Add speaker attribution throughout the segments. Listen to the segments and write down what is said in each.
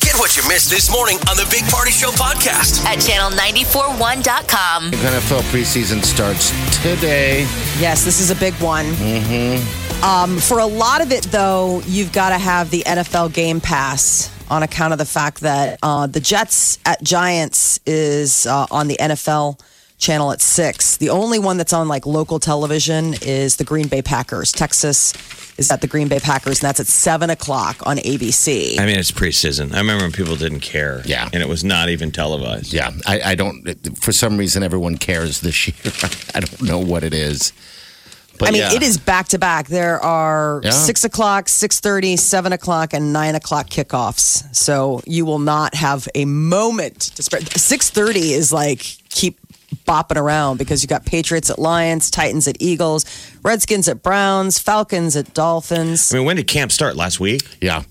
Speaker 1: Get what you missed this morning on the Big Party Show podcast.
Speaker 2: at channel941.com.
Speaker 3: NFL preseason starts today.
Speaker 4: Yes, this is a big one. Mm-hmm. Um, for a lot of it, though, you've got to have the NFL Game Pass on account of the fact that uh, the Jets at Giants is uh, on the NFL channel at six. The only one that's on like local television is the Green Bay Packers. Texas is at the Green Bay Packers, and that's at seven o'clock on ABC.
Speaker 5: I mean, it's preseason. I remember when people didn't care.
Speaker 3: Yeah.
Speaker 5: And it was not even televised.
Speaker 3: Yeah, I, I don't. For some reason, everyone cares this year. I don't know what it is. But
Speaker 4: I mean,
Speaker 3: yeah.
Speaker 4: it is back to back. There are
Speaker 3: Yeah.
Speaker 4: six o'clock, six thirty, seven o'clock, and nine o'clock kickoffs. So you will not have a moment to spread. Six thirty is like keep bopping around because you got Patriots at Lions, Titans at Eagles, Redskins at Browns, Falcons at Dolphins.
Speaker 5: I mean, when did camp start? Last week?
Speaker 3: Yeah,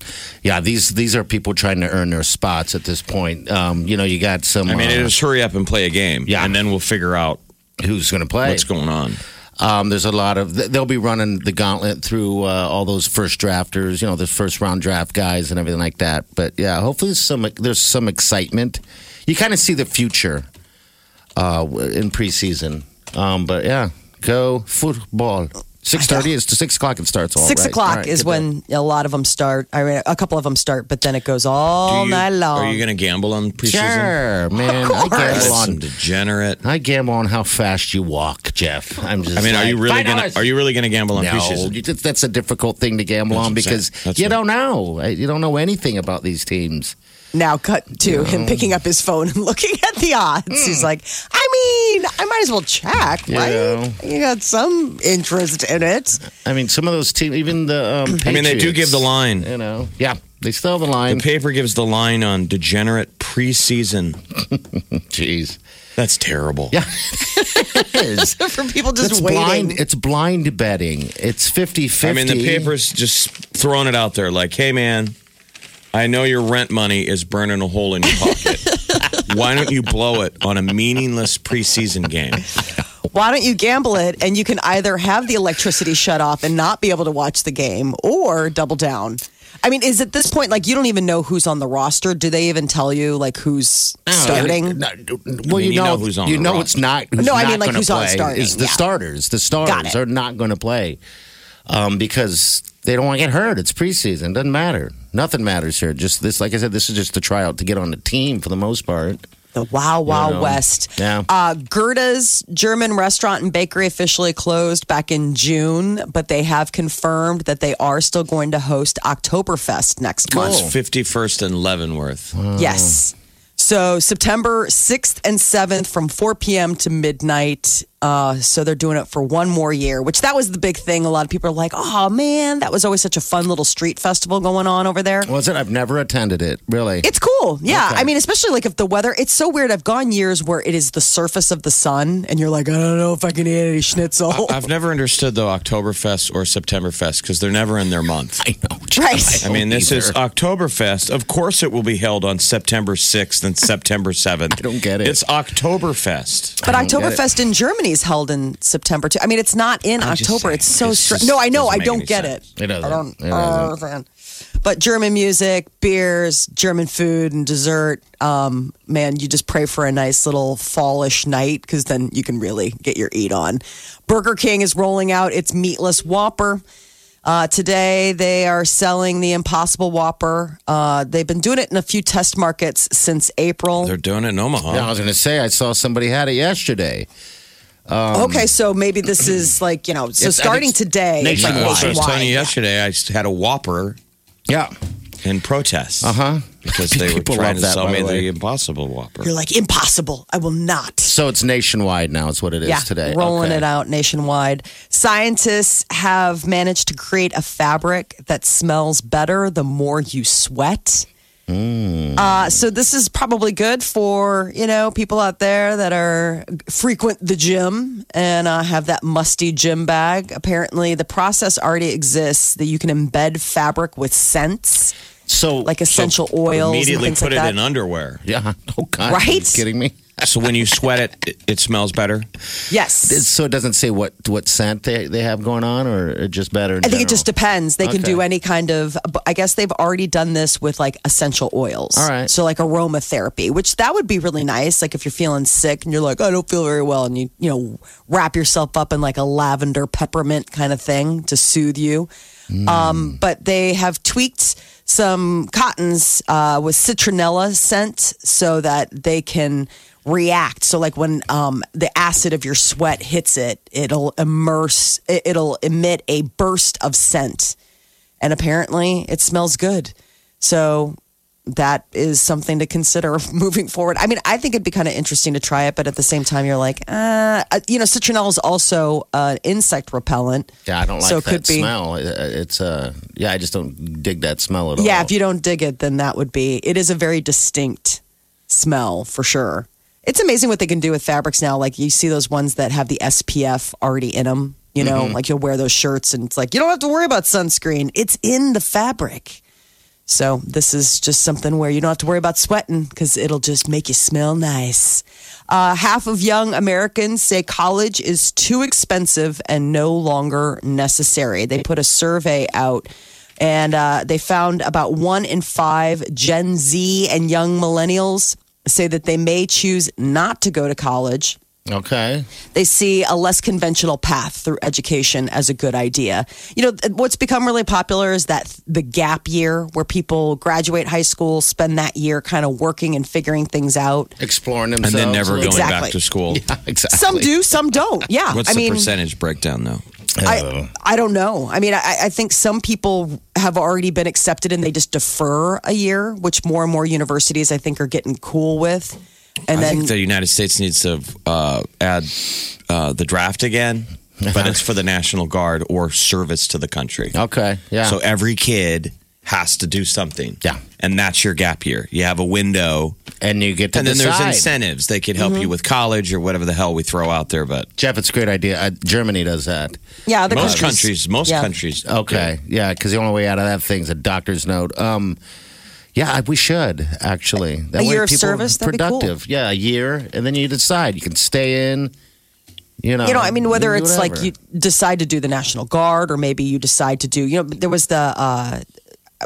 Speaker 3: yeah. These these are people trying to earn their spots at this point. Um, you know, you got some.
Speaker 5: I mean,
Speaker 3: uh,
Speaker 5: it was hurry up and play a game.
Speaker 3: Yeah.
Speaker 5: And then we'll figure out
Speaker 3: who's going to play?
Speaker 5: what's going on.
Speaker 3: Um, there's a lot of th- they'll be running the gauntlet through uh, all those first drafters, you know, the first round draft guys and everything like that. But yeah, hopefully there's some there's some excitement. You kind of see the future uh, w- in preseason. Um, but yeah, go football. Six thirty is to six o'clock. It starts all
Speaker 4: Six
Speaker 3: right.
Speaker 4: o'clock
Speaker 3: All right,
Speaker 4: is
Speaker 3: good deal.
Speaker 4: when a lot of them start. I mean, a couple of them start, but then it goes all
Speaker 5: Do you-
Speaker 4: night long.
Speaker 5: Are you going to gamble on preseason?
Speaker 3: Sure, man. I
Speaker 5: That's
Speaker 3: gamble
Speaker 5: some
Speaker 3: on.
Speaker 5: degenerate.
Speaker 3: I gamble on how fast you walk, Jeff. I'm just.
Speaker 5: I mean, are you
Speaker 3: like,
Speaker 5: really
Speaker 3: five
Speaker 5: going
Speaker 3: dollars.
Speaker 5: to are you really going to gamble on
Speaker 3: No,
Speaker 5: preseason?
Speaker 3: you- that's that's a difficult thing to gamble
Speaker 5: That's
Speaker 3: on
Speaker 5: what I'm
Speaker 3: because
Speaker 5: saying. That's
Speaker 3: you
Speaker 5: what-
Speaker 3: don't know. I- You don't know anything about these teams.
Speaker 4: Now cut to him picking up his phone and looking at the odds. He's like, I mean, I might as well check,
Speaker 3: Hmm. Yeah.
Speaker 4: right? You got some interest in it.
Speaker 3: I mean, some of those teams, even the. Um,
Speaker 5: I mean, they do
Speaker 3: Patriots,
Speaker 5: give the line.
Speaker 3: You know, yeah, they still have the line.
Speaker 5: The paper gives the line on degenerate preseason.
Speaker 3: Jeez,
Speaker 5: That's terrible.
Speaker 3: yeah, it is.
Speaker 4: For people just
Speaker 3: It's
Speaker 4: waiting.
Speaker 3: blind. It's blind betting. It's 50-50.
Speaker 5: I mean, the paper's just throwing it out there like, hey, man, I know your rent money is burning a hole in your pocket. Why don't you blow it on a meaningless preseason game?
Speaker 4: Why don't you gamble it and you can either have the electricity shut off and not be able to watch the game or double down? I mean, is at this point like you don't even know who's on the roster? Do they even tell you like who's
Speaker 5: Oh,
Speaker 4: starting?
Speaker 3: No, well,
Speaker 5: mean,
Speaker 3: you,
Speaker 5: you
Speaker 3: know,
Speaker 5: know who's on
Speaker 3: You
Speaker 5: the
Speaker 3: know,
Speaker 5: roster.
Speaker 3: it's not. Who's
Speaker 4: No, I
Speaker 3: not
Speaker 4: mean, like,
Speaker 3: gonna
Speaker 4: who's on
Speaker 3: play
Speaker 4: starting,
Speaker 3: Is the
Speaker 4: yeah.
Speaker 3: starters? The starters
Speaker 4: it.
Speaker 3: are not going to play um, because they don't want to get hurt. It's preseason. Doesn't matter. Nothing matters here. Just this, like I said, this is just a tryout to get on the team for the most part.
Speaker 4: The Wow Wow
Speaker 3: You know,
Speaker 4: West.
Speaker 3: yeah.
Speaker 4: Uh, Gerda's German restaurant and bakery officially closed back in June, but they have confirmed that they are still going to host Oktoberfest next
Speaker 5: It's
Speaker 4: month.
Speaker 5: 51st and Leavenworth.
Speaker 3: Oh.
Speaker 4: Yes. So September 6th and 7th from 4 p.m. to midnight. Uh, so they're doing it for one more year, which that was the big thing. A lot of people are like, oh man, that was always such a fun little street festival going on over there.
Speaker 3: Was it? I've never attended it. Really.
Speaker 4: It's cool. Yeah. I mean, especially like if the weather, it's so weird. I've gone years where it is the surface of the sun and you're like, I don't know if I can eat any schnitzel.
Speaker 5: I've never understood, though, Oktoberfest or Septemberfest because they're never in their month.
Speaker 3: I know.
Speaker 4: right.
Speaker 5: I mean, this is Oktoberfest. Of course, it will be held on September 6th and September 7th. I
Speaker 3: don't get it.
Speaker 5: It's Oktoberfest.
Speaker 4: But
Speaker 3: I don't get it.
Speaker 4: Oktoberfest in Germany is held in September too. I mean, it's not in
Speaker 5: I'm just
Speaker 4: October.
Speaker 5: saying,
Speaker 4: It's so
Speaker 5: it's
Speaker 4: strange.
Speaker 5: just-
Speaker 4: No, I know. I
Speaker 5: doesn't make
Speaker 4: don't
Speaker 5: any
Speaker 4: get
Speaker 5: sense.
Speaker 4: it.
Speaker 3: It doesn't.
Speaker 4: I don't.
Speaker 3: It doesn't.
Speaker 4: understand. But German music, beers, German food, and dessert. Um, man, you just pray for a nice little fallish night because then you can really get your eat on. Burger King is rolling out its meatless Whopper. Uh, today, they are selling the Impossible Whopper. Uh, they've been doing it in a few test markets since April.
Speaker 5: They're doing it in Omaha.
Speaker 3: Yeah, I was going to say I saw somebody had it yesterday.
Speaker 4: okay, so maybe this is like, you know, so
Speaker 3: Um, It's- I
Speaker 4: starting
Speaker 3: think it's
Speaker 4: today. it's
Speaker 5: Like,
Speaker 3: nationwide.
Speaker 5: I was telling you
Speaker 4: nationwide.
Speaker 5: yesterday, I had a Whopper
Speaker 3: Yeah.
Speaker 5: in protest. Uh huh. Because they were
Speaker 3: Uh-huh. People
Speaker 5: trying
Speaker 3: love
Speaker 5: to
Speaker 3: that,
Speaker 5: sell
Speaker 3: by
Speaker 5: me
Speaker 3: the way.
Speaker 5: the Impossible Whopper.
Speaker 4: You're like, impossible. I will not.
Speaker 3: So it's nationwide now. Is what it is today.
Speaker 4: Rolling
Speaker 3: Okay.
Speaker 4: it out nationwide. Scientists have managed to create a fabric that smells better the more you sweat.
Speaker 3: Hmm.
Speaker 4: Uh, so this is probably good for you know people out there that are frequent the gym and uh, have that musty gym bag. Apparently, the process already exists that you can embed fabric with scents
Speaker 3: So
Speaker 4: like essential oils.
Speaker 5: Immediately
Speaker 4: and things
Speaker 5: put
Speaker 4: like that.
Speaker 5: it in underwear.
Speaker 3: Yeah. Oh God. Are you
Speaker 4: Right?
Speaker 3: kidding me?
Speaker 5: So when you sweat it, it, it smells better.
Speaker 4: Yes,
Speaker 3: It's, so it doesn't say what what scent they they have going on, or it just better. in
Speaker 4: I think it
Speaker 3: general?
Speaker 4: just depends. They can
Speaker 3: Okay.
Speaker 4: do any kind of. but I guess they've already done this with like essential oils.
Speaker 3: All right.
Speaker 4: So like aromatherapy, which that would be really nice. Like if you're feeling sick and you're like, I don't feel very well, and you you know wrap yourself up in like a lavender peppermint kind of thing to soothe you. Um, but they have tweaked some cottons uh, with citronella scent so that they can react. So, like when um, the acid of your sweat hits it, it'll immerse, it- it'll emit a burst of scent, and apparently it smells good. So. That is something to consider moving forward. I mean, I think it'd be kind of interesting to try it, but at the same time, you're like, uh, uh, you know, citronella is also an insect repellent.
Speaker 3: Yeah, I don't like
Speaker 4: so it
Speaker 3: that
Speaker 4: could be-
Speaker 3: smell. It- It's uh, yeah, I just don't dig that smell at all.
Speaker 4: Yeah, if you don't dig it, then that would be. It is a very distinct smell for sure. It's amazing what they can do with fabrics now. Like you see those ones that have the SPF already in them. You know, like you'll wear those shirts and it's like you don't have to worry about sunscreen. It's in the fabric. So this is just something where you don't have to worry about sweating because it'll just make you smell nice. Uh, half of young Americans say college is too expensive and no longer necessary. They put a survey out. And uh, they found about one in five Gen Z and young millennials say that they may choose not to go to college
Speaker 3: okay,
Speaker 4: they see a less conventional path through education as a good idea. You know, th- what's become really popular is that the gap year where people graduate high school, spend that year kind of working and figuring things out.
Speaker 3: exploring
Speaker 5: And
Speaker 3: themselves
Speaker 5: then never going
Speaker 4: Exactly.
Speaker 5: back to school.
Speaker 3: Exactly.
Speaker 4: Some do, some don't. Yeah.
Speaker 5: What's
Speaker 4: I
Speaker 5: the
Speaker 4: mean,
Speaker 5: percentage breakdown, though?
Speaker 3: Oh.
Speaker 4: I, I don't know. I mean, I, I think some people have already been accepted and they just defer a year, which more and more universities I think are getting cool with. And
Speaker 5: I
Speaker 4: then
Speaker 5: think the United States needs to uh, add uh, the draft again, but it's for the National Guard or service to the country.
Speaker 3: Okay, yeah.
Speaker 5: So every kid has to do something.
Speaker 3: Yeah.
Speaker 5: And that's your gap year. You have a window.
Speaker 3: and you get to
Speaker 5: and then
Speaker 3: decide.
Speaker 5: there's incentives. They could help you with college or whatever the hell we throw out there. But
Speaker 3: Jeff, it's a great idea. Uh, Germany does that.
Speaker 4: yeah, the
Speaker 5: most countries, most
Speaker 4: Yeah.
Speaker 5: countries.
Speaker 3: Okay, yeah, because the only way out of that thing's a doctor's note. Um, yeah, I- we should actually. That
Speaker 4: A
Speaker 3: way
Speaker 4: year of
Speaker 3: people are
Speaker 4: service? That'd be cool.
Speaker 3: productive. Yeah, a year, and then you decide. You can stay in. You know,
Speaker 4: you know, I mean, whether
Speaker 3: do
Speaker 4: it's like
Speaker 3: whatever.
Speaker 4: you decide to do the National Guard or maybe you decide to do, you know, there was the uh,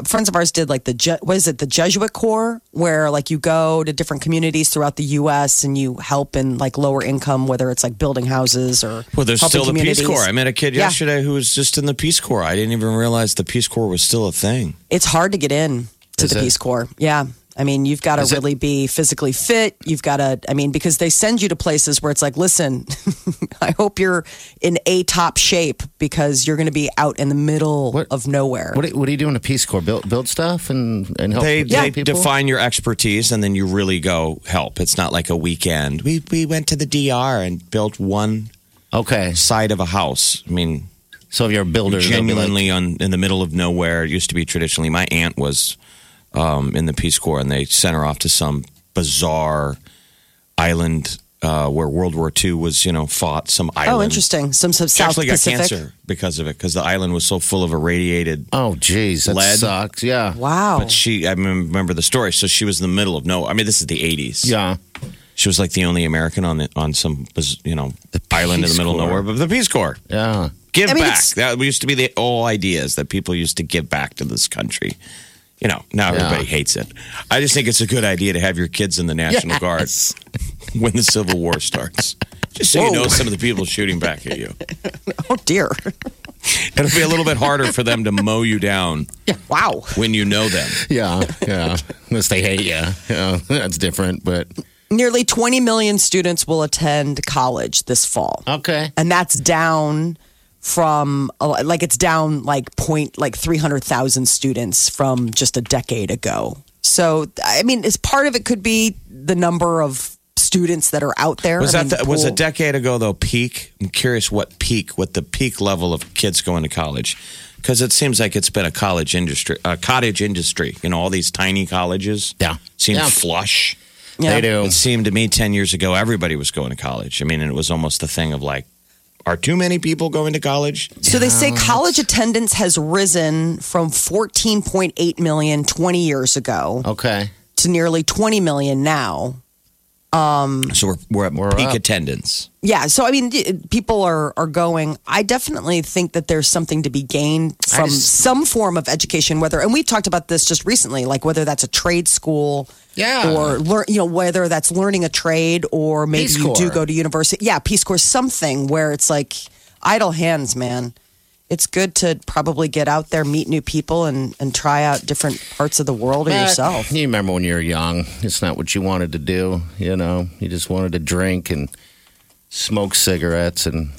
Speaker 4: friends of ours did like the Je- what is it, the Jesuit Corps, where like you go to different communities throughout the U.S. and you help in like lower income, whether it's like building houses or
Speaker 5: Well, there's
Speaker 4: helping
Speaker 5: still the Peace
Speaker 4: communities.
Speaker 5: Corps. I met a kid
Speaker 4: Yeah.
Speaker 5: yesterday who was just in the Peace Corps. I didn't even realize the Peace Corps was still a thing.
Speaker 4: It's hard to get in to
Speaker 3: Is
Speaker 4: the
Speaker 3: it?
Speaker 4: Peace Corps. Yeah. I mean, you've got to
Speaker 3: Is it-
Speaker 4: really be physically fit. You've got to, I mean, because they send you to places where it's like, listen, I hope you're in a top shape because you're going to be out in the middle
Speaker 3: What-
Speaker 4: of nowhere.
Speaker 3: What do, what do you do in the Peace Corps? Build, build stuff and, and help
Speaker 5: They,
Speaker 3: Oh. yeah.
Speaker 5: they
Speaker 3: people?
Speaker 5: define your expertise and then you really go help. It's not like a weekend. We, we went to the DR and built one
Speaker 3: okay,
Speaker 5: side of a house. I mean,
Speaker 3: so if you're a builder, they'll be like-
Speaker 5: genuinely on in the middle of nowhere. It used to be traditionally my aunt was um, in the Peace Corps, and they sent her off to some bizarre island uh, where World War II was, you know, fought. Some island.
Speaker 4: Oh, interesting. Some, some
Speaker 5: She
Speaker 4: South
Speaker 5: actually got
Speaker 4: Pacific.
Speaker 5: cancer because of it, because the island was so full of irradiated.
Speaker 3: oh, geez, that
Speaker 5: Lead.
Speaker 3: sucks. Yeah,
Speaker 4: Wow.
Speaker 5: But she, I mem- remember the story. So she was in the middle of no. I mean, this is the '80s.
Speaker 3: yeah.
Speaker 5: she was like the only American on the, on some, biz- you know, island in the
Speaker 3: Peace
Speaker 5: middle
Speaker 3: Corps.
Speaker 5: of nowhere. But the Peace Corps.
Speaker 3: Yeah.
Speaker 5: give
Speaker 4: I mean,
Speaker 5: back.
Speaker 4: it's-
Speaker 5: That used to be the old ideas that people used to give back to this country. You know, now everybody hates it. I just think it's a good idea to have your kids in the National Guard when the Civil War starts. Just so you know some of the people shooting back at you.
Speaker 4: oh, dear.
Speaker 5: It'll be a little bit harder for them to mow you down
Speaker 4: wow.
Speaker 5: when you know them.
Speaker 3: Yeah. Yeah. Unless they hate you. Yeah. That's different, but
Speaker 4: Nearly 20 million students will attend college this fall.
Speaker 3: okay.
Speaker 4: and that's down from uh, like it's down like point like 300,000 students from just a decade ago. So I mean, as part of it could be the number of students that are out there.
Speaker 5: Was
Speaker 4: I
Speaker 5: that
Speaker 4: mean,
Speaker 5: the, was a
Speaker 4: pool-
Speaker 5: decade ago though peak? I'm curious what peak, what the peak level of kids going to college. because it seems like it's been a college industry, a cottage industry. You know, all these tiny colleges.
Speaker 3: Yeah.
Speaker 5: seem
Speaker 3: Yeah.
Speaker 5: flush.
Speaker 3: They do.
Speaker 5: It seemed to me ten years ago, everybody was going to college. I mean, it was almost a thing of like, are too many people going to college?
Speaker 4: So they say college attendance has risen from 14.8 million 20 years ago
Speaker 3: Okay.
Speaker 4: to nearly 20 million now.
Speaker 5: So we're we're at
Speaker 3: We're
Speaker 5: peak
Speaker 3: up.
Speaker 5: attendance.
Speaker 4: Yeah, so I mean, d- people are are going. I definitely think that there's something to be gained from
Speaker 3: just-
Speaker 4: some form of education, whether and we talked about this just recently, like whether that's a trade school,
Speaker 3: Yeah.
Speaker 4: or learn, you know, whether that's learning a trade or maybe
Speaker 3: Peace
Speaker 4: you
Speaker 3: Corps.
Speaker 4: do go to university. Yeah, Peace Corps, something where it's like idle hands, man. It's good to probably get out there, meet new people, and and try out different parts of the world or
Speaker 3: Matt,
Speaker 4: yourself.
Speaker 3: You remember when you were young? It's not what you wanted to do. You know, you just wanted to drink and smoke cigarettes and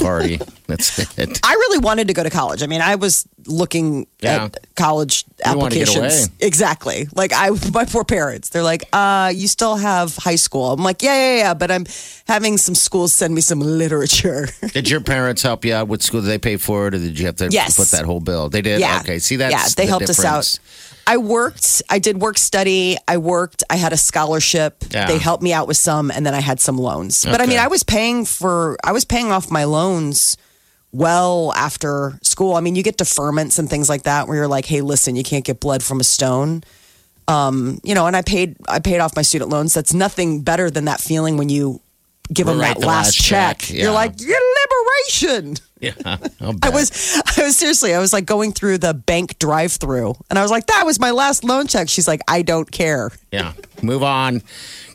Speaker 3: party. That's it.
Speaker 4: I really wanted to go to college. I mean, I was looking
Speaker 3: Yeah.
Speaker 4: at college
Speaker 3: You wanna get
Speaker 4: applications.
Speaker 3: away.
Speaker 4: Exactly. Like I my poor parents. They're like, uh, you still have high school. I'm like, yeah, yeah, yeah, but I'm having some schools send me some literature.
Speaker 3: Did your parents help you out with school? Did they pay for it, or did you have to
Speaker 4: Yes.
Speaker 3: put that whole bill? They did.
Speaker 4: yeah.
Speaker 3: Okay. See, that's
Speaker 4: Yeah, they
Speaker 3: the
Speaker 4: helped us
Speaker 3: difference.
Speaker 4: out. I worked, I did work study, I worked, I had a scholarship.
Speaker 3: Yeah.
Speaker 4: They helped me out with some and then I had some loans. But I
Speaker 3: Okay.
Speaker 4: mean, I was paying for I was paying off my loans well after school. I mean, you get deferments and things like that where you're like, "Hey, listen, you can't get blood from a stone." Um, you know, and I paid I paid off my student loans. That's nothing better than that feeling when you give them
Speaker 3: Right,
Speaker 4: that
Speaker 3: the
Speaker 4: last,
Speaker 3: last
Speaker 4: check.
Speaker 3: check,
Speaker 4: You're
Speaker 3: yeah.
Speaker 4: like, "Your liberation."
Speaker 3: Yeah. I'll
Speaker 4: I
Speaker 3: bet.
Speaker 4: was, I was seriously, I was like going through the bank drive through and I was like, that was my last loan check. She's like, I don't care.
Speaker 3: Yeah. Move on.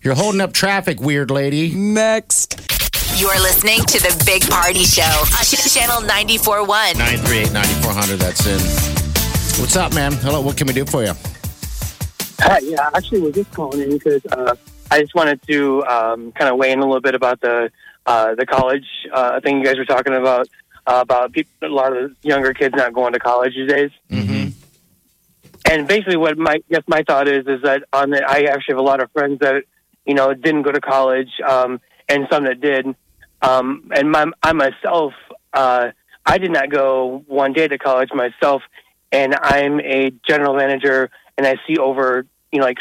Speaker 3: You're holding up traffic, weird lady.
Speaker 4: Next.
Speaker 2: You're listening to the Big Party Show on Ch- Channel 94.1.
Speaker 3: 938 9400. That's in. What's up, man? Hello. What can we do for you?
Speaker 6: Hi, Uh, yeah, actually, we're just calling in because uh, I just wanted to um, kind of weigh in a little bit about the uh, the college uh, thing you guys were talking about uh, about people, a lot of younger kids not going to college these days. And basically, what my yes, my thought is is that on the, I actually have a lot of friends that you know didn't go to college, um, and some that did. Um, and my, I myself, uh, I did not go one day to college myself, and I'm a general manager, and I see over you know like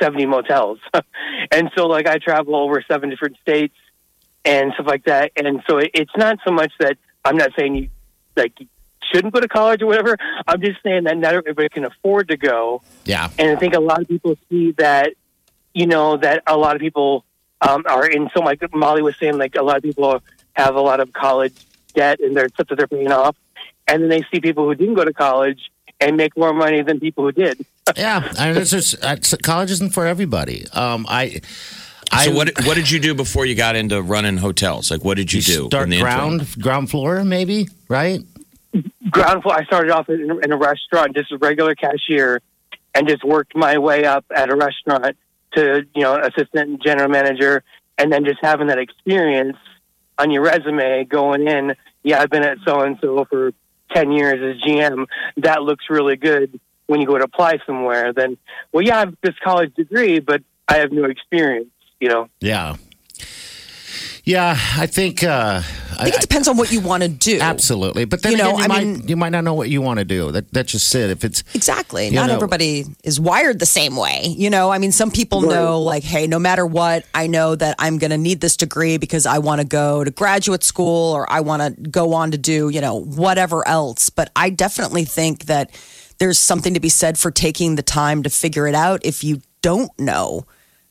Speaker 6: seventy motels, and so like I travel over seven different states and stuff like that, and so it, it's not so much that I'm not saying you like you shouldn't go to college or whatever. I'm just saying that not everybody can afford to go,
Speaker 3: Yeah.
Speaker 6: and I think a lot of people see that, you know, that a lot of people um, are in. So, like Molly was saying, like a lot of people have a lot of college debt and their stuff that they're paying off, and then they see people who didn't go to college and make more money than people who did.
Speaker 3: Yeah. I mean, this is, uh, college isn't for everybody. Um, I. I,
Speaker 5: So what what did you do before you got into running hotels? Like what did you, do?
Speaker 3: Start
Speaker 5: in the interim?
Speaker 3: ground ground floor, maybe right?
Speaker 6: ground floor. I started off in, in a restaurant, just a regular cashier, and just worked my way up at a restaurant to you know assistant general manager, and then just having that experience on your resume going in. Yeah, I've been at so and so for ten years as GM. That looks really good when you go to apply somewhere. Then, well, yeah, I have this college degree, but I have no experience. You know.
Speaker 3: Yeah, yeah. I think uh,
Speaker 4: I think it depends on what you want to do.
Speaker 3: absolutely. But then
Speaker 4: You know,
Speaker 3: again, you
Speaker 4: I
Speaker 3: might
Speaker 4: mean-
Speaker 3: you might not know what you want to do. That that's just it. If it's
Speaker 4: Exactly.
Speaker 3: You
Speaker 4: Not
Speaker 3: know-
Speaker 4: everybody is wired the same way. You know, I mean, some people know, like, hey, no matter what, I know that I'm going to need this degree because I want to go to graduate school or I want to go on to do, you know, whatever else. But I definitely think that there's something to be said for taking the time to figure it out if you don't know.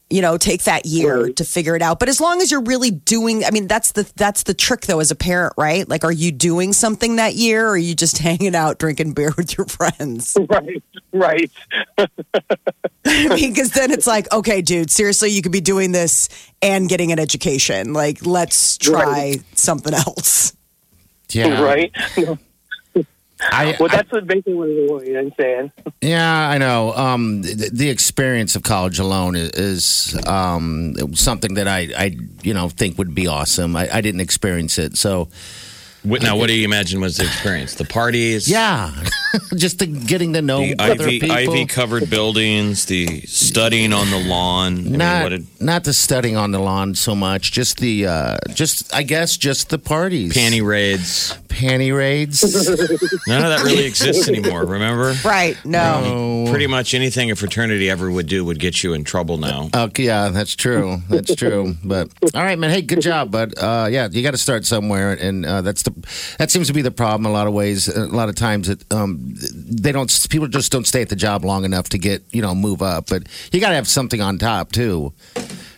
Speaker 4: You know, take that year to figure it out. But as long as you're really doing, I mean, that's the that's the trick though as a parent, right? Like, are you doing something that year, or are you just hanging out drinking beer with your friends?
Speaker 6: Right. Right.
Speaker 4: because then it's like, okay, dude, seriously, you could be doing this and getting an education. Like, let's try something else.
Speaker 3: yeah,
Speaker 6: Right.
Speaker 3: I,
Speaker 6: Well,
Speaker 3: I-
Speaker 6: that's what basically what I'm saying.
Speaker 3: Yeah, I know. Um, the, the experience of college alone is, is um, something that I, I, you know, think would be awesome. I, I didn't experience it, so
Speaker 5: What, now what do you imagine was the experience? The parties,
Speaker 3: yeah, just the getting to know
Speaker 5: the
Speaker 3: other
Speaker 5: ivy,
Speaker 3: people.
Speaker 5: ivy covered buildings, the studying on the lawn. I mean,
Speaker 3: not
Speaker 5: what did-
Speaker 3: not the studying on the lawn so much. Just the uh, just I guess just the parties.
Speaker 5: panty raids.
Speaker 3: panty raids.
Speaker 5: None of that really exists anymore, remember?
Speaker 4: Right. No.
Speaker 5: Pretty much anything a fraternity ever would do would get you in trouble now.
Speaker 3: Okay, yeah, that's true. That's true. But all right, man. Hey, good job, bud. Uh, yeah, you got to start somewhere, and uh, that's the that seems to be the problem. A lot of ways, a lot of times, it, um, they don't. People just don't stay at the job long enough to get you know move up. But you got to have something on top too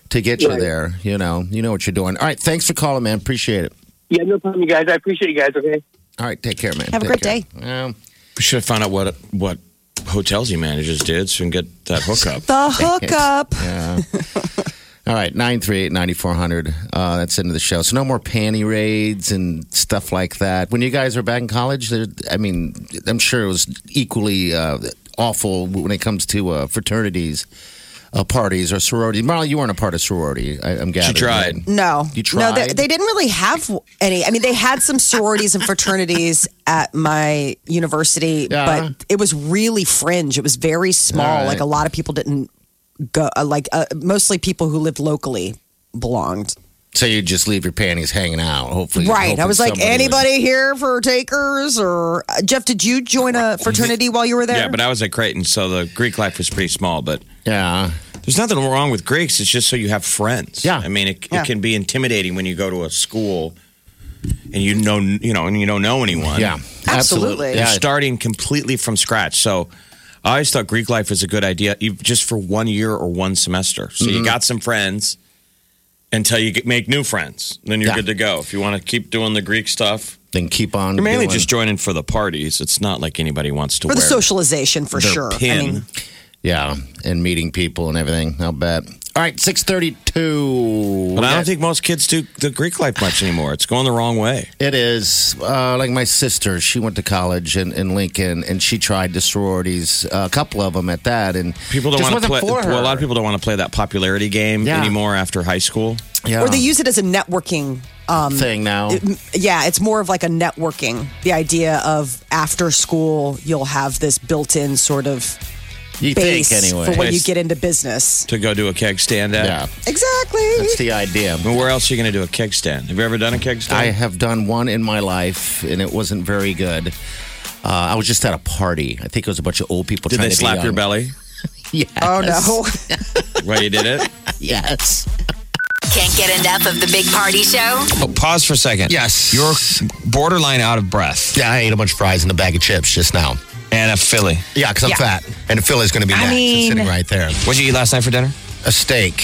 Speaker 3: to get you
Speaker 6: Right.
Speaker 3: there. You know, you know what you're doing. All right, thanks for calling, man. Appreciate it.
Speaker 6: Yeah, no problem, you guys. I appreciate you guys. Okay.
Speaker 3: All right, take care, man.
Speaker 4: Have a
Speaker 3: Take
Speaker 4: great
Speaker 3: care. Um,
Speaker 5: We should have found out what what hotels he manages did so we can get that hookup.
Speaker 4: The hookup.
Speaker 3: Yeah. All right, 938-9400. Uh, that's into the show. So no more panty raids and stuff like that. When you guys were back in college, there, I mean, I'm sure it was equally uh, awful when it comes to uh, fraternities, uh, parties, or sororities. Marla, you weren't a part of sorority, I, I'm
Speaker 5: She
Speaker 3: gathering.
Speaker 5: tried.
Speaker 3: right?
Speaker 4: No.
Speaker 3: You
Speaker 4: No, they,
Speaker 3: tried?
Speaker 4: they didn't really have any. I mean, they had some sororities and fraternities at my university,
Speaker 3: Yeah.
Speaker 4: but it was really fringe. It was very small.
Speaker 3: All right.
Speaker 4: Like a lot of people didn't go, uh, like uh, mostly people who lived locally belonged.
Speaker 3: So you just leave your panties hanging out, hopefully.
Speaker 4: Right. I
Speaker 3: hoping
Speaker 4: was like,
Speaker 3: somebody would-
Speaker 4: anybody here for takers? Or uh, Jeff, did you join a fraternity while you were there?
Speaker 5: Yeah, but I was at Creighton, so the Greek life was pretty small, but
Speaker 3: Yeah.
Speaker 5: there's nothing wrong with Greeks. It's just so you have friends.
Speaker 3: Yeah.
Speaker 5: I mean, it,
Speaker 4: Yeah.
Speaker 5: it can be intimidating when you go to a school and you know, you know, and you don't know anyone.
Speaker 3: Yeah.
Speaker 4: Absolutely.
Speaker 3: Yeah.
Speaker 5: You're starting completely from scratch. So I always thought Greek life was a good idea you- just for one year or one semester. So
Speaker 3: Mm-hmm.
Speaker 5: you got some friends until you get, make new friends. Then you're
Speaker 3: Yeah.
Speaker 5: good to go. If you want to keep doing the Greek stuff,
Speaker 3: Then keep on.
Speaker 5: you're mainly
Speaker 3: doing-
Speaker 5: just joining for the parties. It's not like anybody wants to
Speaker 4: for the
Speaker 5: wear
Speaker 4: socialization, for
Speaker 5: their
Speaker 4: sure.
Speaker 5: pin.
Speaker 4: I mean,
Speaker 3: Yeah, and meeting people and everything. I'll bet. All right, six thirty-two.
Speaker 5: but I don't think most kids do the Greek life much anymore. It's going the wrong way.
Speaker 3: it is. Uh, like my sister, she went to college in, in Lincoln, and she tried the sororities, uh, a couple of them at that, and
Speaker 5: People don't
Speaker 3: just
Speaker 5: want to play.
Speaker 3: wasn't for her.
Speaker 5: Well, a lot of people don't want to play that popularity game
Speaker 3: Yeah.
Speaker 5: anymore after high school.
Speaker 3: yeah.
Speaker 4: or they use it as a networking um,
Speaker 3: thing now.
Speaker 4: yeah, it's more of like a networking. The idea of after school, you'll have this built-in sort of
Speaker 3: you
Speaker 4: base
Speaker 3: think anyway?
Speaker 4: for when you
Speaker 5: Base.
Speaker 4: get into business.
Speaker 5: To go do a keg stand at.
Speaker 3: yeah,
Speaker 4: Exactly.
Speaker 3: that's the idea.
Speaker 5: I mean, where else are you going to do a keg stand? Have you ever done a keg stand?
Speaker 3: I have done one in my life, and it wasn't very good. Uh, I was just at a party. I think it was a bunch of old people.
Speaker 5: Did
Speaker 3: trying
Speaker 5: they
Speaker 3: to be
Speaker 5: slap your
Speaker 3: young.
Speaker 5: belly
Speaker 3: Yes.
Speaker 4: Oh no.
Speaker 5: while you did it?
Speaker 3: Yes.
Speaker 2: Can't get enough of the Big Party Show?
Speaker 7: Oh, pause for a second.
Speaker 3: Yes.
Speaker 7: You're borderline out of breath.
Speaker 3: Yeah, I ate a bunch of fries and a bag of chips just now.
Speaker 7: And a Philly.
Speaker 3: Yeah, because I'm fat, and Philly's going to be next. It's sitting right there.
Speaker 7: What'd you eat last night for dinner?
Speaker 3: A steak.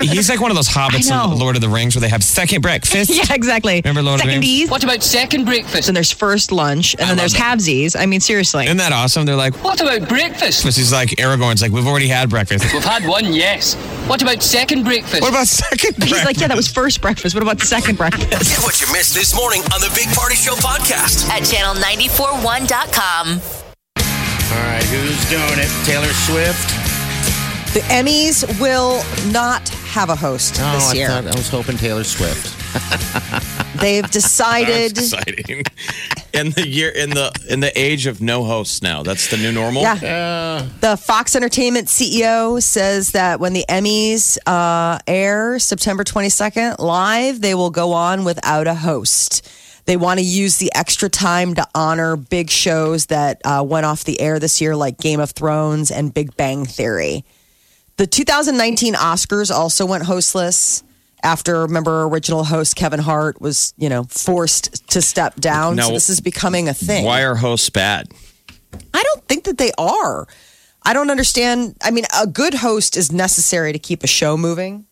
Speaker 7: He's like one of those hobbits in Lord of the Rings where they have second breakfast.
Speaker 8: Yeah, exactly.
Speaker 7: Remember Lord of the
Speaker 8: second
Speaker 7: Rings?
Speaker 8: What about second breakfast? And there's first lunch, and then there's halvesies. I mean, seriously.
Speaker 7: Isn't that awesome? They're like,
Speaker 9: What about breakfast?
Speaker 7: breakfast. He's like, Aragorn's like, we've already had breakfast.
Speaker 9: We've had one, yes. What about second breakfast?
Speaker 7: What about second breakfast?
Speaker 8: He's like, yeah, that was first breakfast. What about second breakfast?
Speaker 1: Get what you missed this morning on the Big Party Show podcast.
Speaker 2: At channel941.com.
Speaker 3: All right, who's doing it? Taylor Swift.
Speaker 4: the Emmys will not have a host
Speaker 3: No,
Speaker 4: this
Speaker 3: Oh, I
Speaker 4: year.
Speaker 3: thought I was hoping Taylor Swift.
Speaker 4: They've decided.
Speaker 5: That's exciting. In the year, in the in the age of no hosts now, that's the new normal.
Speaker 4: Yeah. The Fox Entertainment CEO says that when the Emmys uh, air September 22nd live, they will go on without a host. They want to use the extra time to honor big shows that uh, went off the air this year, like Game of Thrones and Big Bang Theory. The 2019 Oscars also went hostless after, remember, original host Kevin Hart was, you know, forced to step down. so
Speaker 5: Now,
Speaker 4: this is becoming a thing.
Speaker 5: Why are hosts bad?
Speaker 4: I don't think that they are. I don't understand. I mean, a good host is necessary to keep a show moving.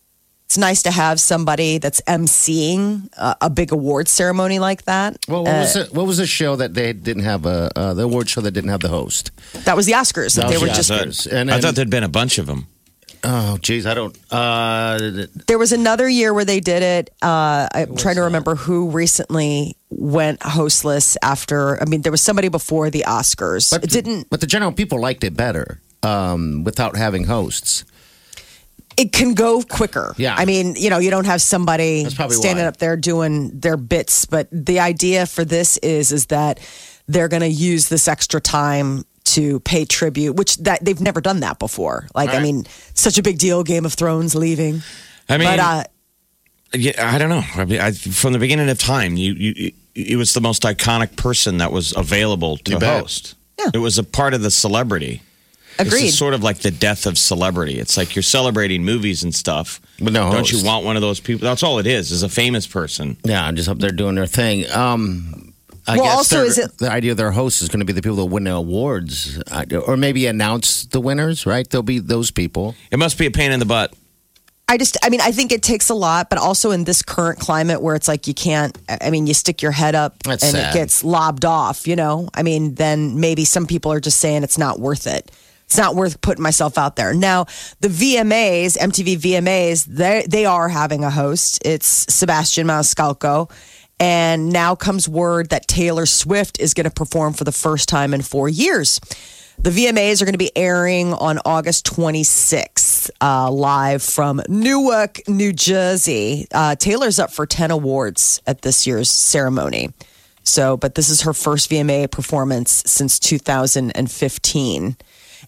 Speaker 4: It's nice to have somebody that's emceeing a, a big award ceremony like that.
Speaker 3: Well, what was it? What was the show that they didn't have a uh, the award show that didn't have the host?
Speaker 4: That was the Oscars. That
Speaker 3: That
Speaker 4: they were
Speaker 3: was
Speaker 4: just
Speaker 3: the
Speaker 5: I
Speaker 3: Oscars.
Speaker 5: thought,
Speaker 3: And-
Speaker 5: I
Speaker 3: and-
Speaker 5: thought there'd been a bunch of them.
Speaker 3: Oh, geez, I don't. Uh,
Speaker 4: there was another year where they did it. Uh, I'm trying to remember who recently went hostless after. I mean, there was somebody before the Oscars. it didn't.
Speaker 3: but the general people liked it better um, without having hosts.
Speaker 4: it can go quicker.
Speaker 3: Yeah.
Speaker 4: I mean, you know, you don't have somebody
Speaker 3: That's probably
Speaker 4: standing
Speaker 3: why.
Speaker 4: up there doing their bits, but the idea for this is is that they're going to use this extra time to pay tribute, which that they've never done that before. Like, I mean, such a big deal, Game of Thrones leaving,
Speaker 5: I mean,
Speaker 4: but uh,
Speaker 5: yeah, I don't know. I mean, I, from the beginning of time, you, you, it was the most iconic person that was available to
Speaker 3: You bet.
Speaker 5: host. It was a part of the celebrity. This
Speaker 8: Agreed.
Speaker 5: is sort of like the death of celebrity. It's like you're celebrating movies and stuff.
Speaker 3: But no
Speaker 5: don't you
Speaker 3: host.
Speaker 5: want one of those people? That's all it is. Is a famous person.
Speaker 3: Yeah, I'm just up there doing their thing. Um, I
Speaker 4: Well,
Speaker 3: guess
Speaker 4: also,
Speaker 3: their-
Speaker 4: is it-
Speaker 3: the idea of their host is going to be the people that win the awards, I- or maybe announce the winners? Right? They'll be those people.
Speaker 5: It must be a pain in the butt.
Speaker 4: I just, I mean, I think it takes a lot, but also in this current climate where it's like you can't, I mean, you stick your head up
Speaker 3: That's
Speaker 4: and
Speaker 3: sad.
Speaker 4: it gets lobbed off, you know? I mean, then maybe some people are just saying it's not worth it. It's not worth putting myself out there. Now, the VMAs, MTV VMAs, they, they are having a host. It's Sebastian Maniscalco. And now comes word that Taylor Swift is going to perform for the first time in four years. The VMAs are going to be airing on August 26th, uh, live from Newark, New Jersey. Uh, Taylor's up for 10 awards at this year's ceremony. So, but this is her first VMA performance since 2015.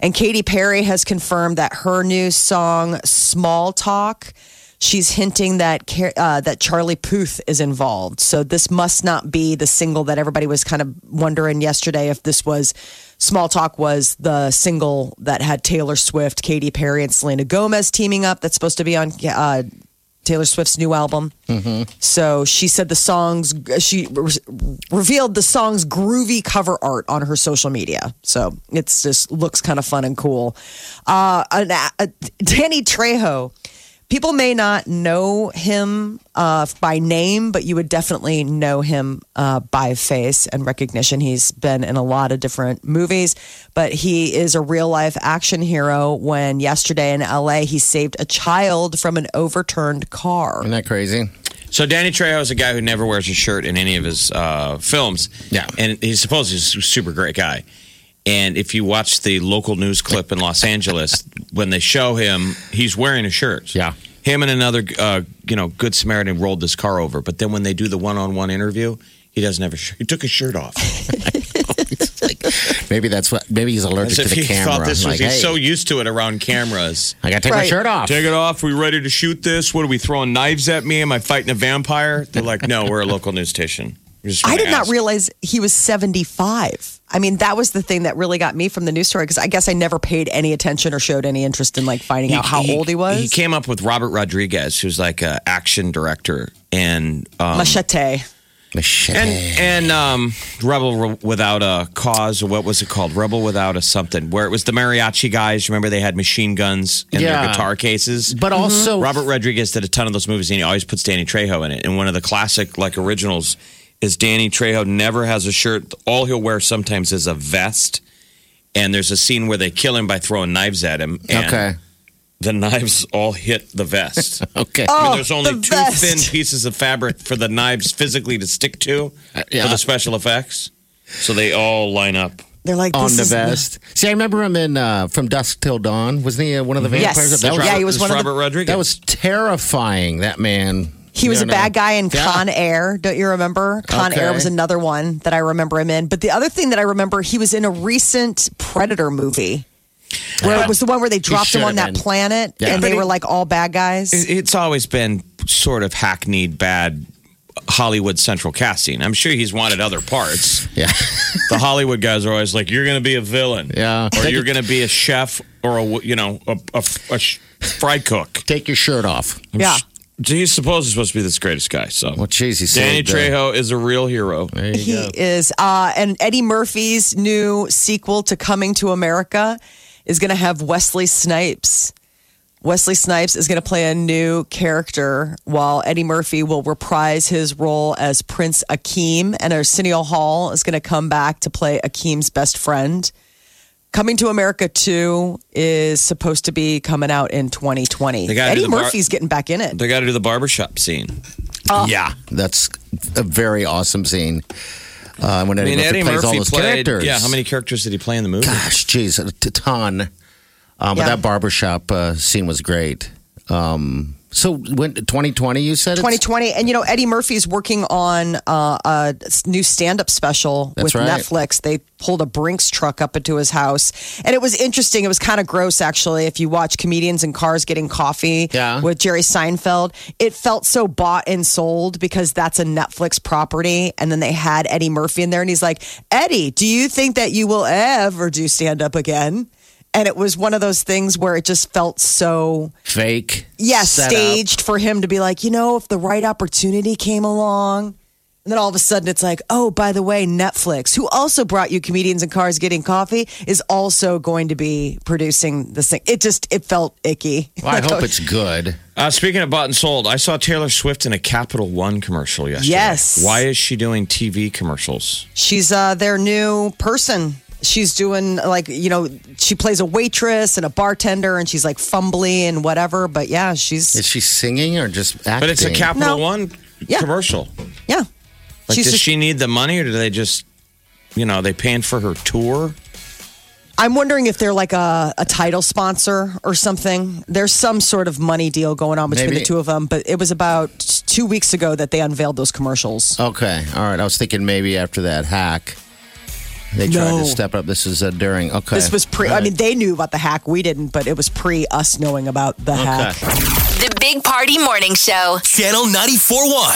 Speaker 4: And Katy Perry has confirmed that her new song, Small Talk, she's hinting that Car- uh, that Charlie Puth is involved. So this must not be the single that everybody was kind of wondering yesterday if this was Small Talk was the single that had Taylor Swift, Katy Perry, and Selena Gomez teaming up. That's supposed to be on uh, Taylor Swift's new album. So she said the songs she re- revealed the song's groovy cover art on her social media. So it's just looks kind of fun and cool. Uh, an, uh, Danny Trejo. People may not know him uh, by name, but you would definitely know him uh, by face and recognition. He's been in a lot of different movies, but he is a real life action hero. When yesterday in LA, he saved a child from an overturned car.
Speaker 3: Isn't that crazy?
Speaker 5: So Danny Trejo is a guy who never wears a shirt in any of his uh, films.
Speaker 3: Yeah.
Speaker 5: and he's supposed to be a super great guy. And if you watch the local news clip in Los Angeles, when they show him, he's wearing a shirt.
Speaker 3: Yeah.
Speaker 5: him and another, uh, you know, good Samaritan rolled this car over. But then when they do the one-on-one interview, he doesn't have a shirt. He took his shirt off.
Speaker 3: Maybe that's what. Maybe he's allergic
Speaker 5: As
Speaker 3: to
Speaker 5: if
Speaker 3: the
Speaker 5: he
Speaker 3: camera.
Speaker 5: thought this was.
Speaker 3: like,
Speaker 5: he's
Speaker 3: hey,
Speaker 5: so used to it around cameras.
Speaker 3: I got to take my
Speaker 4: Right.
Speaker 3: shirt off.
Speaker 5: Take it off. We ready to shoot this? What are we throwing knives at me? Am I fighting a vampire? They're like, no, we're a local news station. We just
Speaker 4: I
Speaker 5: wanna
Speaker 4: did not
Speaker 5: ask.
Speaker 4: realize he was 75. I mean, that was the thing that really got me from the news story because I guess I never paid any attention or showed any interest in like finding out how old he was.
Speaker 5: He came up with Robert Rodriguez, who's like an action director, and um,
Speaker 4: Machete.
Speaker 3: Machete.
Speaker 5: and and um, Rebel Re- Without a Cause, or what was it called? Rebel Without a something, where it was the mariachi guys. Remember they had machine guns in
Speaker 3: Yeah.
Speaker 5: their guitar cases.
Speaker 3: but also,
Speaker 5: Robert Rodriguez did a ton of those movies, and he always puts Danny Trejo in it. And one of the classic like originals is Danny Trejo never has a shirt. All he'll wear sometimes is a vest. And there's a scene where they kill him by throwing knives at him. And
Speaker 3: Okay.
Speaker 5: the knives all hit the vest.
Speaker 3: Okay.
Speaker 5: I mean,
Speaker 4: Oh,
Speaker 5: there's only
Speaker 4: the
Speaker 5: two
Speaker 4: vest.
Speaker 5: thin pieces of fabric for the knives physically to stick to
Speaker 3: Uh, yeah.
Speaker 5: for the special effects. So they all line up.
Speaker 4: They're like
Speaker 3: on
Speaker 4: this
Speaker 3: the
Speaker 4: is not-
Speaker 3: vest. See, I remember him in uh, from Dusk Till Dawn. Wasn't he uh, one of the
Speaker 4: Mm-hmm. Yes.
Speaker 3: vampires? That was
Speaker 4: Yeah, he was
Speaker 5: It's
Speaker 4: one of the-
Speaker 5: Robert Rodriguez.
Speaker 3: that was terrifying. That man.
Speaker 4: He was
Speaker 3: You
Speaker 4: a
Speaker 3: know?
Speaker 4: bad guy in
Speaker 3: Yeah.
Speaker 4: Con Air. Don't you remember? Con
Speaker 3: Okay.
Speaker 4: Air was another one that I remember him in. But the other thing that I remember, he was in a recent Predator movie. Where it was the one where they dropped him
Speaker 3: should
Speaker 4: on that
Speaker 3: have been.
Speaker 4: planet
Speaker 3: Yeah. But
Speaker 4: and they
Speaker 3: he-
Speaker 4: were like all bad guys.
Speaker 5: It- It's always been sort of hackneyed bad Hollywood central casting. I'm sure he's wanted other parts.
Speaker 3: Yeah.
Speaker 5: The Hollywood guys are always like, "You're going to be a villain,
Speaker 3: Yeah.
Speaker 5: or you're going to be a chef, or a you know a, a, a sh- fry cook."
Speaker 3: Take your shirt off.
Speaker 4: yeah.
Speaker 5: He's supposed to supposed to be this greatest guy. So,
Speaker 3: Well, jeez, he
Speaker 5: Danny
Speaker 3: saved, uh,
Speaker 5: Trejo is a real hero.
Speaker 4: He is. Uh, and Eddie Murphy's new sequel to Coming to America is going to have Wesley Snipes. Wesley Snipes is going to play a new character, while Eddie Murphy will reprise his role as Prince Akeem, and Arsenio Hall is going to come back to play Akeem's best friend. Coming to America 2 is supposed to be coming out in 2020.
Speaker 5: They gotta
Speaker 4: Eddie
Speaker 5: do the bar-
Speaker 4: Murphy's getting back in it.
Speaker 5: They got to do the barbershop scene.
Speaker 4: Oh.
Speaker 3: Yeah, that's a very awesome scene. Uh, when
Speaker 5: I
Speaker 3: Eddie,
Speaker 5: mean,
Speaker 3: Murphy
Speaker 5: Eddie
Speaker 3: plays all
Speaker 5: Murphy
Speaker 3: those
Speaker 5: played.
Speaker 3: characters.
Speaker 5: Yeah, how many characters did he play in the movie?
Speaker 3: Gosh, jeez, a t- ton. Um, But
Speaker 4: Yeah.
Speaker 3: that barbershop uh, scene was great. Um, So when 2020, you said it's-
Speaker 4: 2020. And you know, Eddie Murphy's working on uh, a new stand-up special
Speaker 3: That's
Speaker 4: with
Speaker 3: right.
Speaker 4: Netflix. They pulled a Brinks truck up into his house, and it was interesting. It was kind of gross, actually. If you watch comedians in cars getting coffee
Speaker 3: Yeah.
Speaker 4: with Jerry Seinfeld, it felt so bought and sold because that's a Netflix property. And then they had Eddie Murphy in there, and he's like, "Eddie, do you think that you will ever do stand-up again?" And it was one of those things where it just felt so
Speaker 3: fake.
Speaker 4: yes,
Speaker 3: set up.
Speaker 4: staged for him to be like, you know, if the right opportunity came along. And then all of a sudden it's like, oh, by the way, Netflix, who also brought you comedians and cars getting coffee, is also going to be producing this thing. It just it felt icky.
Speaker 3: Well, I hope it's good.
Speaker 5: Uh, speaking of bought and sold, I saw Taylor Swift in a Capital One commercial yesterday.
Speaker 4: Yes.
Speaker 5: Why is she doing TV commercials?
Speaker 4: She's uh, their new person. She's doing like you know she plays a waitress and a bartender and she's like fumbly and whatever. But yeah, she's
Speaker 3: Is she singing or just acting?
Speaker 5: But it's a Capital
Speaker 4: No.
Speaker 5: One
Speaker 4: Yeah.
Speaker 5: commercial.
Speaker 4: yeah.
Speaker 5: Like,
Speaker 4: she's
Speaker 5: does
Speaker 4: just-
Speaker 5: she need the money, or do they just, you know, are they paying for her tour?
Speaker 4: I'm wondering if they're like a, a title sponsor or something. There's some sort of money deal going on between
Speaker 3: Maybe.
Speaker 4: the two of them, but it was about two weeks ago that they unveiled those commercials.
Speaker 3: Okay, all right. I was thinking maybe after that hack, they tried
Speaker 4: No.
Speaker 3: to step up. This is uh, during. Okay,
Speaker 4: This was pre,
Speaker 3: All
Speaker 4: I mean,
Speaker 3: right.
Speaker 4: they knew about the hack. We didn't, but it was pre us knowing about the hack.
Speaker 3: Okay.
Speaker 2: The Big Party Morning Show.
Speaker 1: Channel 941.